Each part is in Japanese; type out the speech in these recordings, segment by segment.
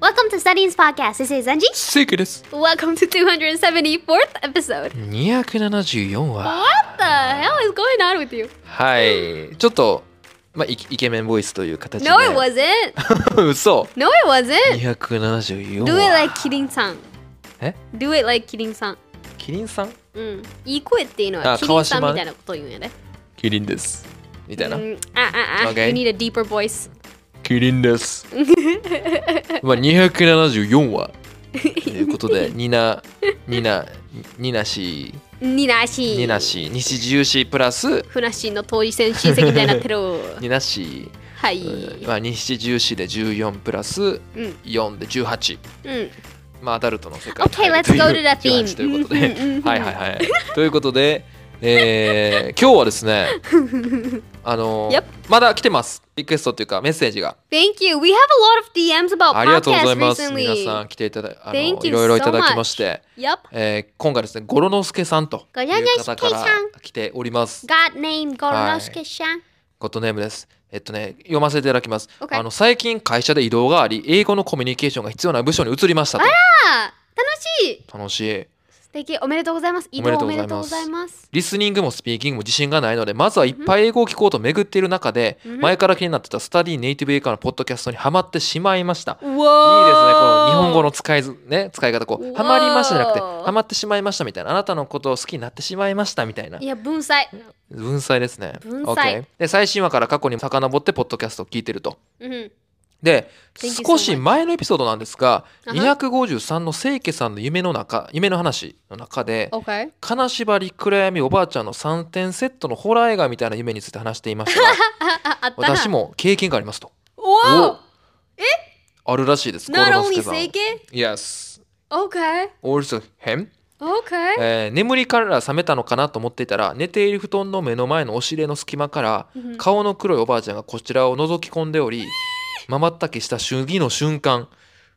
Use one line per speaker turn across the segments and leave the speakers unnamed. Welcome to Studying's podcast. This is Anji.
セイクです。
Welcome to 274th episode.
Hmm. 274話。
What the hell is going on with you?
はい。ちょっと、まあ、イイケメンボイスという形で。
No, it wasn't.
嘘。
No, it wasn't.
274話。
Do it like kidding さん。
え
Do it like kidding さん。
キリンさん
うん。いい声っていうのは
あ
キリンさん
川島ね
みたいなことを言うんやね。
キリンです。みたいな。
うんあああ。ah,
Okay.
You need a deeper voice.
キリンです。 まあ、274話。というこ とで、ニナ、ニナ、ニナシ
になし。
ニナ。シ西十シプラス、
ふなっしーの遠い戦親戚みたいになってる。
ニナシ
はい。
まあ、西十シで14プラス
うん。
4で18。
うん。
まあ、アダルトの世界
Okay,
に入る
let's go
という
to the theme.
18ということ
うんうんうん
で、はいはいはい。ということで、え ー、今日はですね、あのー
Yep.
まだ来てます。リクエストというかメッセージが。
Thank you. We have a lot of DMs about
ありがとうござい
podcasts
ます。
recently.
皆さん来ていただあの
Thank you
いろいろいただきまして、
Yep.
えー、今回ですね、ゴロノスケさんと
ゴ
い
ロノ
う
スケさん
方から来ております。
God name ゴロノスケさん。
ゴッドネームです。えっとね、読ませていただきます。
Okay
あの最近会社で移動があり、英語のコミュニケーションが必要な部署に移りましたと。
あ楽しい
楽しい。
素敵おめでとうございます。移動お
お
め
め
でと
でと
う
う
ご
ご
ざ
ざ
い
い
ます。
リスニングもスピーキングも自信がないので、まずはいっぱい英語を聞こうと巡っている中で、前から気になってたスタディネイティブ英会話のポッドキャストにはまってしまいました。
いいですね、
いいですね、この日
日
本語の使いず、ね、使い方、こ
う
う、
わー、
はまりましたじゃなくて、はまってしまいましたみたいな、あなたのことを好きになってしまいましたみたいない
や、文才。
文才ですね。
文
o
才
k で、最新話から過去に遡って、ポッドキャストを聞いてると。
うん。
で
Thank you so
少し前のエピソードなんですが
Uh-huh.
253の清家さんの夢の中夢の話の中で
OK。
金縛り暗闇おばあちゃんの3点セットのホラー映画みたいな夢について話していましたが
あ、あ、あったな。
私。も経験がありますと
おお
あるらしいです
!Not
ゴロノス
only
ケさん
整形
Yes
?OK。
also him
OK。
えー眠りから覚めたのかなと思っていたら寝ている布団の目の前の押し入れの隙間から顔の黒いおばあちゃんがこちらを覗き込んでおりまばったきした主義の瞬間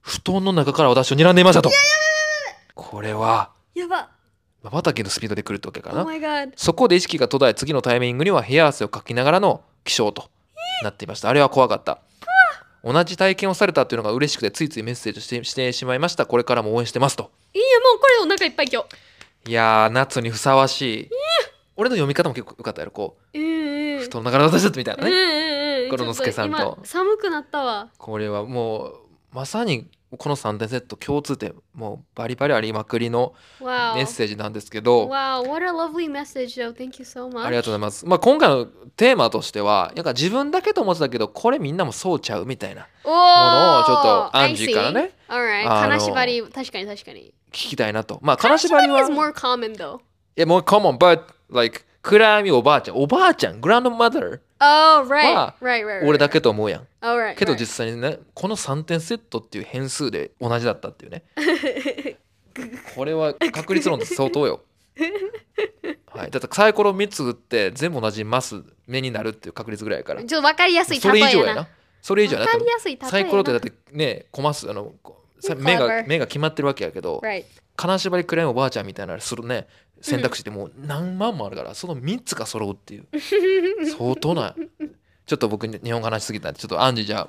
布団の中から私を睨んでいましたとこれは
やば。
まばたきのスピードで来るってわけか
Oh
な
my god。
そこで意識が途絶え次のタイミングには部屋汗をかきながらの起床となっていましたあれは怖かった同じ体験をされたというのが嬉しくてついついメッセージしてしてしまいましたこれからも応援してますと
いいや、もうこれお腹いっぱい今日。
いやー夏にふさわしい俺の読み方も結構よかったやろこ
うんうんうん。
う布団の中で私だってみたいな
うん
ね
うんうん。
ゴロノスケさんと
ちょっ今寒くなったわ。
これはもうまさにこの3点セット共通点もうバリバリありまくりの
Wow.
メッセージなんですけど
Wow, what a lovely message though. Thank you so much.
ありがとうございます、まあ、今回のテーマとしてはなんか自分だけと思ってたけどこれみんなもそうちゃうみたいな
お
の
ー
をちょっとアンジーから
I
ね
see. Alright.
あの
金縛り、確かに確かに。
聞きたいなとまあ
金
金
縛
縛り
り
は
is more common though.
いやもう common but like 暗闇おばあちゃんおばあちゃんグランドマザー
Oh, right.
は
right, right, right.
俺だけと思うやん
Oh, right.
けど
right.
実際にねこの3点セットっていう変数で同じだったってい うねこれは確率論って相当 よはいだってサイコロ3つ打って全部同じマス目になるっていう確率ぐらいやか
ち
ら
ょっと分かりやすい例
それ以
え
上
や
や
な
な。それ以上
分
やな
か
だ
り
って
やすい例えやな。
サイコロってだってねコマスあのこうさ目
Clever
が目が決まってるわけやけど
Right.
金縛りくらいおばあちゃんみたいなのするね選択肢ってもう何万もあるからその3つが揃う っていう相当なちょっと僕日本語話しすぎたんでちょっとアンジーじゃあ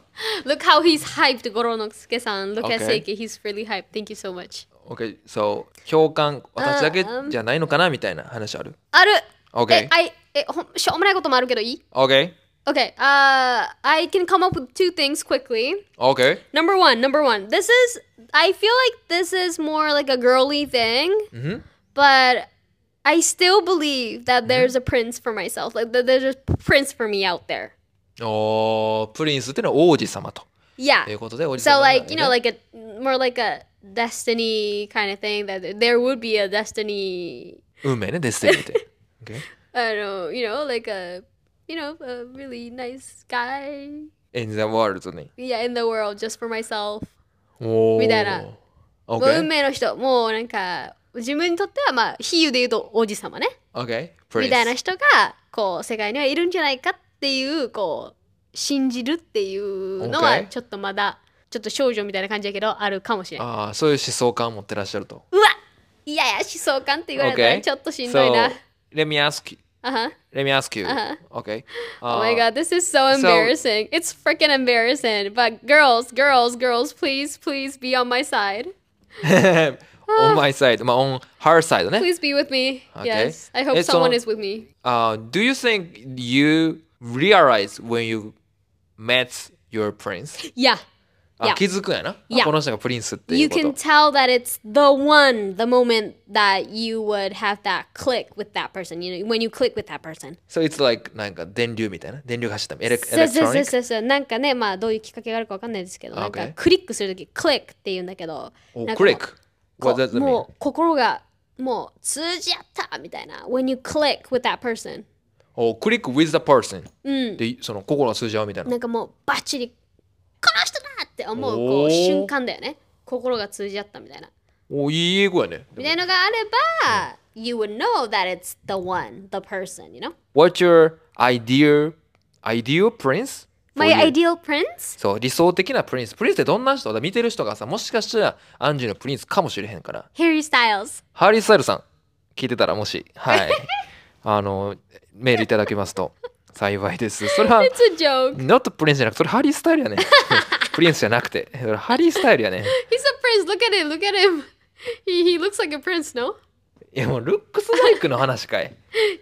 Look how he's hyped, Goro no Suke san. Look at
Okay.
Seiki. He's really hyped. Thank you so much.
OK、そう共感私だけじゃないのかなみたいな話ある
あるえ
?OK、
あいえほんしょうもないこともあるけどいい
OK、
Okay, uh, I can come up with two things quickly.
OK、
Number one, number one. This is, I feel like this is more like a girly thing,
うん、
but I still believe that there's a prince for myself. Like, that there's a prince for me out there.
おープリンスっていうのは王子様と
Yeah.
いうことで王子
So
様なんだよ
like you know
ね
like a more like a destiny kind of thing that there would be a destiny
運命ねデスティニーって、OK
I don't know you know like a you know a really nice guy
In the world ね
yeah in the world just for myself
おー
みたいなもう運
OK
命の人もうなんか自分にとってはまあ比喩で言うと王子様ね
OK プリ
み
ン
たいな
ス
人がこう世界にはいるんじゃないかっていうこう信じるっていうのは
Okay.
ちょっとまだちょっと少女みたいな感じやけどあるかもしれない
ああそういう思想感を持ってらっしゃると
うわいやいや思想感って言われたら
Okay.
ちょっとしんどいな
So let me ask
Uh huh.
Let me ask you.
Uh-huh.
Okay.
Oh
Uh,
my god, this is so
so-
embarrassing. it's freaking embarrassing. But girls, girls, girls, please, please be on my side.
on my side. まあ、on her side ね。
Please be with me.
Okay.
Yes. I hope
It's
someone
on-
is with me.
Uh, do you think you realize when you met your prince?
Yeah.
あ
Yeah.
気づくんやな。
Yeah.
あこの人がプリンスってい
You
うこと。
can tell that it's the one the moment that you would have that click with that person. You know, when you click with that person.
So it's like なんか電流みたいな。電流が走った。エレクエ
そう
レクト
そう
ロニ
そう
ック。
そうそうなんかねまあどういうきっかけがあるかわかんないですけど、なんか
Okay.
クリックするときクリックって言うんだけど
お
なんか
クリック。
こ
What does
う
that mean?
もう心がもう通じ合ったみたいな When you click with that person
おクリック with the person。
うん
で、その心が通じ合うみたいな
な。んかもうバッチリこの人だって思うこ
お
う
ー
瞬間だよね心が通じ合ったみたいな
おいい英語やね。
みたいのがあれば、You would know that it's the one the person you know
What's your ideal, ideal prince?
My
for you?
ideal prince
そう、理想的なプリンス。プリンスってどんな人だ見てる人がさ、もしかしたらアンジュのプリンスかもしれへんから。
Harry Styles
ハリー・スタイルさん、聞いてたらもし、はい。 あの、メールいただけますと幸いです。それは、
It's a joke
not プリンスじゃなくて、それハリー・スタイルやね。プリンスじゃなくて、それハリー・スタイルやね。
He's a prince look at him look at him He, he looks like a prince no?
いや、もうルックスライクの話かい。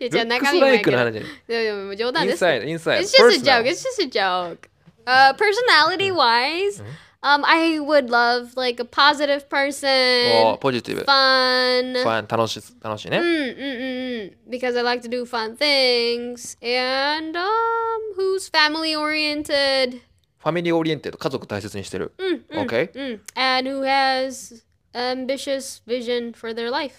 いや
ル
じゃあ
ック
中
ス
身も
ラ
や
イ
け
ク
ど
の話じゃない。
いやでも冗談です
Inside, inside.
It's just a
personal.
joke. It's just a joke. Uh, personality wise,
Mm-hmm.
um, I would love like a positive
お
person,
ポジティブ。
fun.
ファン、楽しい、楽しいね。
Mm, mm, mm, mm. Because I like to do fun things and um, who's family oriented.
ファミリーオリエンテッド、家族大切にしてる。
Mm, mm,
Okay.
mm. And who has ambitious vision for their life.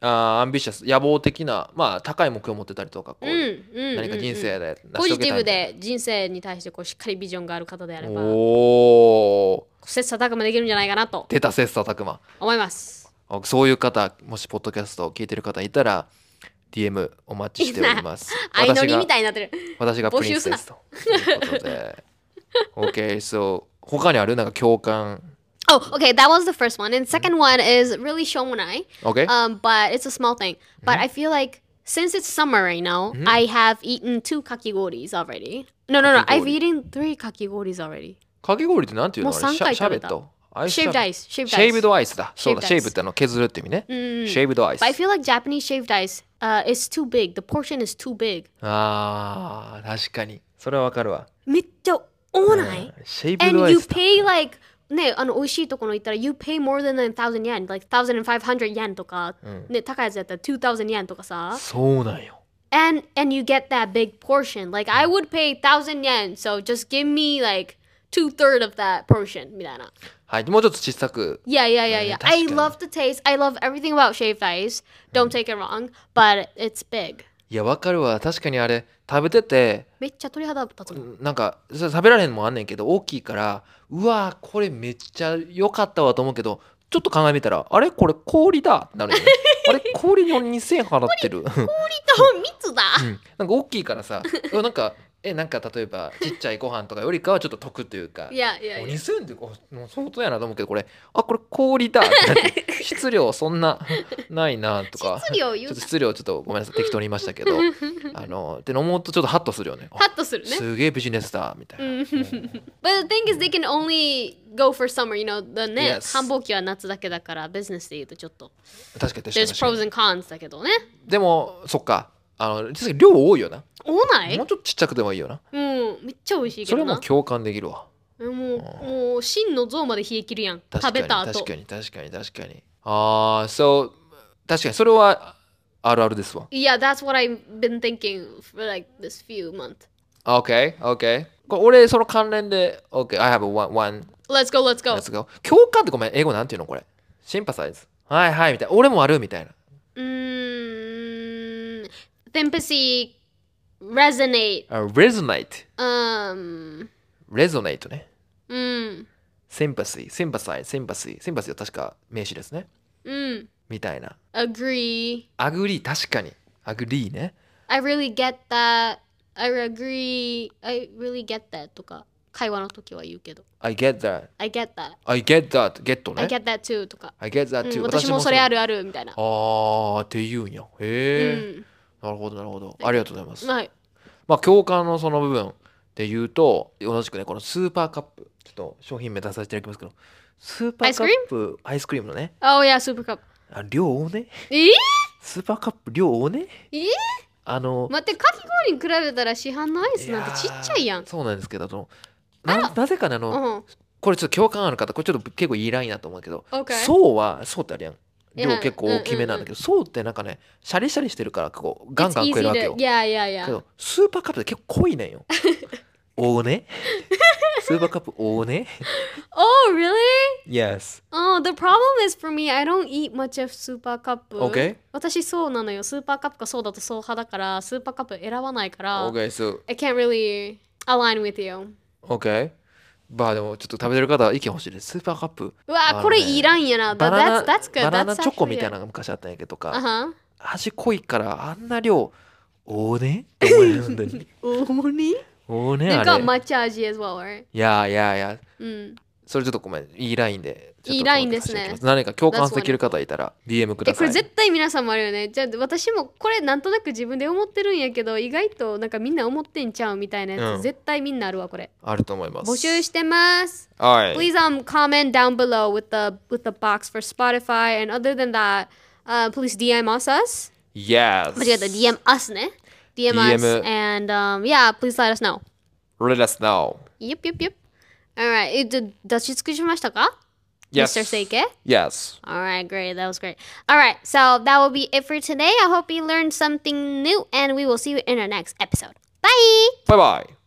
あアンビシャス、野望的な、まあ、高い目標を持ってたりとか、こう、
Mm, mm,
何か
mm,
人
mm.
生で成
ポ
し
ジ
遂げ
ティ
た
ブ
いみたい
で人生に対してこうしっかりビジョンがある方であれ
な。
ば
おお、
切磋琢磨 Oh. できるんじゃないかなと
出た切磋琢磨。
思います。
あそういう方、もしポッドキャストを聞いてる方いたら、DM お待ちしております。
相乗りみ
が、
たいになってる。
私がプリンセスということで。OK, so 他にあるなんか共感。
Oh, okay, that was the first one. And second one is really shomonai.
OK?
Um, but it's a small thing. But I feel like since it's summer right now, I have eaten two kakigoris already. No, no, no. I've
Kakigori.
eaten three kakigoris already.
かき氷ってなんていうの
もう
あれ
三回
シャ
食
シャ
べ
ベッ
た
トアイスシャ
Shaved
ベッ
ice. Shaved
トシェイブ
ice.
ドアイスだ。そうだ、
Shaved
シェイブってあの削るって意味ね。シェイブドアイス
But。I feel like Japanese shaved ice uh, is too big. The portion is too big.
あー、確かに。それはわかるわ。
めっちゃ多ない？
シェイブ
And
ドアイ
you
スだ。
pay like ね、あの美味しいところ行ったら You pay more than 1000 yen Like 1500 yen とか、ね、高いやつだったら2000 yen とかさ
そうなんよ。
and and you get that big portion. Like I would pay thousand yen, so just give me like two third of that portion, みたいな。
はい、もうちょっと小さく。
Yeah, yeah, yeah, yeah. I
確かに。
love the taste. I love everything about shaved ice. Don't take it wrong, but it's big.
いや、わかるわ。確かにあれ、食べてて、
めっちゃ鳥肌立つもん。
なんか、それ食べられへんのもあんねんけど、大きいから、うわー、これめっちゃ良かったわと思うけど、ちょっと考えてみたら、あれこれ氷だってなる よね。あれ氷の2000円払ってる。
と、蜜だ。
うんなんか大きいからさ、うわなんか、え、なんか例えば、ちっちゃいご飯とかよりかはちょっと得というか。
Yeah, yeah,
お
yeah.
2000円ってこうもう相当やなと思うけどこれあこれ氷だってなって 質量そんなないなとか
質量
ち
言う
ょっと
な
質量ちょっとごめんなさい適当に言いましたけどあのって思うとちょっとハッとするよねあ
ハッとするね。
すげえビジネスだみたいな、
Mm. But the thing is, they can only go for summer, you know, the ね、
Yes.
繁忙期は夏だけだから、ビジネスで言うとちょっと。
確かに確かに
There's
確か
pros
に
and cons だけどね。
でもそっかあの実際量多いよな
多ない
もうちょっとちっちゃくでもいいよな
うん、めっちゃ美味しいけ
それ
ど
はも
な
う。共感できるわ
えもう、もう、真の像まで冷え切るやん。
確か
食
に
べた
確
後
か。に確かに確かにああそう確かにそれはあるあるですわ
Yeah, that's what I've been thinking for like this few months.
OK OK これ俺その関連で OK I have one, one
Let's go, let's go.
Let's go. 共感ってごめん、英語なんていうのこれ。シンパサイズ。はいはい、みたいな。俺もあるみたいな。
うーん、sympathy, Mm, resonate,
あ resonate。
um, mm,
resonate ね。
うん、
sympathy, sympathy, sympathy. sympathy は確か名詞ですね。
うん、
みたいな。
agree.
agree 確かに。agree ね。
I really get that. I agree. I really get that とか、会話の時は言うけど。
I get that.
I get that.
I get that. get ね。
I get that too とか。
I get that
うん
too.
私もそれあるあるみたいな。
あーって言うんや。へえ、なるほどなるほどありがとうございます
はい
まあ共感のその部分で言うと同じくねこのスーパーカップちょっと商品名出させていただきますけどスーパーカップアイスクリームのね
Oh yeah, super cup.
あ量をね
え
スーパーカップ量をね
え
あの
待って、かき氷に比べたら市販のアイスなんてちっちゃいやん
やー。そうなんですけどそのななぜかねあの、
うん。
これちょっと共感ある方これちょっと結構いいラインだと思うけど
OK。
層は層ってあるやん量
はい
結構大きめなんだけど層ってなんかねシャリシャリしてるからこうガンガン
It's
食えるわけ
easy
よ
to- Yeah, yeah, yeah.
けどスーパーカップって結構濃いね んよおうねスーパーカップおうね
Oh, really?
Yes
Oh, the problem is for me, I don't eat much of super cup.
OK
私そうなのよ。スーパーカップかそうだとそう派だから、スーパーカップ選ばないから、
OK so
I can't really align with you.
OK まあでもちょっと食べてる方は意見欲しいですスーパーカップ
う
あの
わ、
ね
これいらんやな。
バ
But
ナ
That's
ナ
that's good.
バナ
That's
ナチョコみたいなのが昔あったんやけどと
あ
か
は。
味濃いからあんな量おう ねって思えるんだよ
おに
おうね
な
あ
んか
れ
抹茶味 as well, right?
いやいやいや
うん。
それちょっとごめん、いいラインで。ちょっと
いいラインですね
何か共感できる方いたら DM くだ
え、
さい。
これ絶対皆さんもあるよね。じゃあ私もこれなんとなく自分で思ってるんやけど、意外となんかみんな思ってんちゃうみたいなやつ、
うん
絶対みんなあるわ、これ。
あると思います。
募集してます。
はい。
Please um comment down below with the with the box for Spotify and other than that, uh, please DM us us.
Yes.
間違えた DM us ね。DM, us
DM
and um yeah, please let us know.
Let us know.
Yep, yep, yep. Alright, えじゃ脱出尽くしましたか
Yes.
Mr. Seike?
Yes.
All right, great. That was great. All right, so that will be it for today. I hope you learned something new, and we will see you in our next episode. Bye!
Bye bye.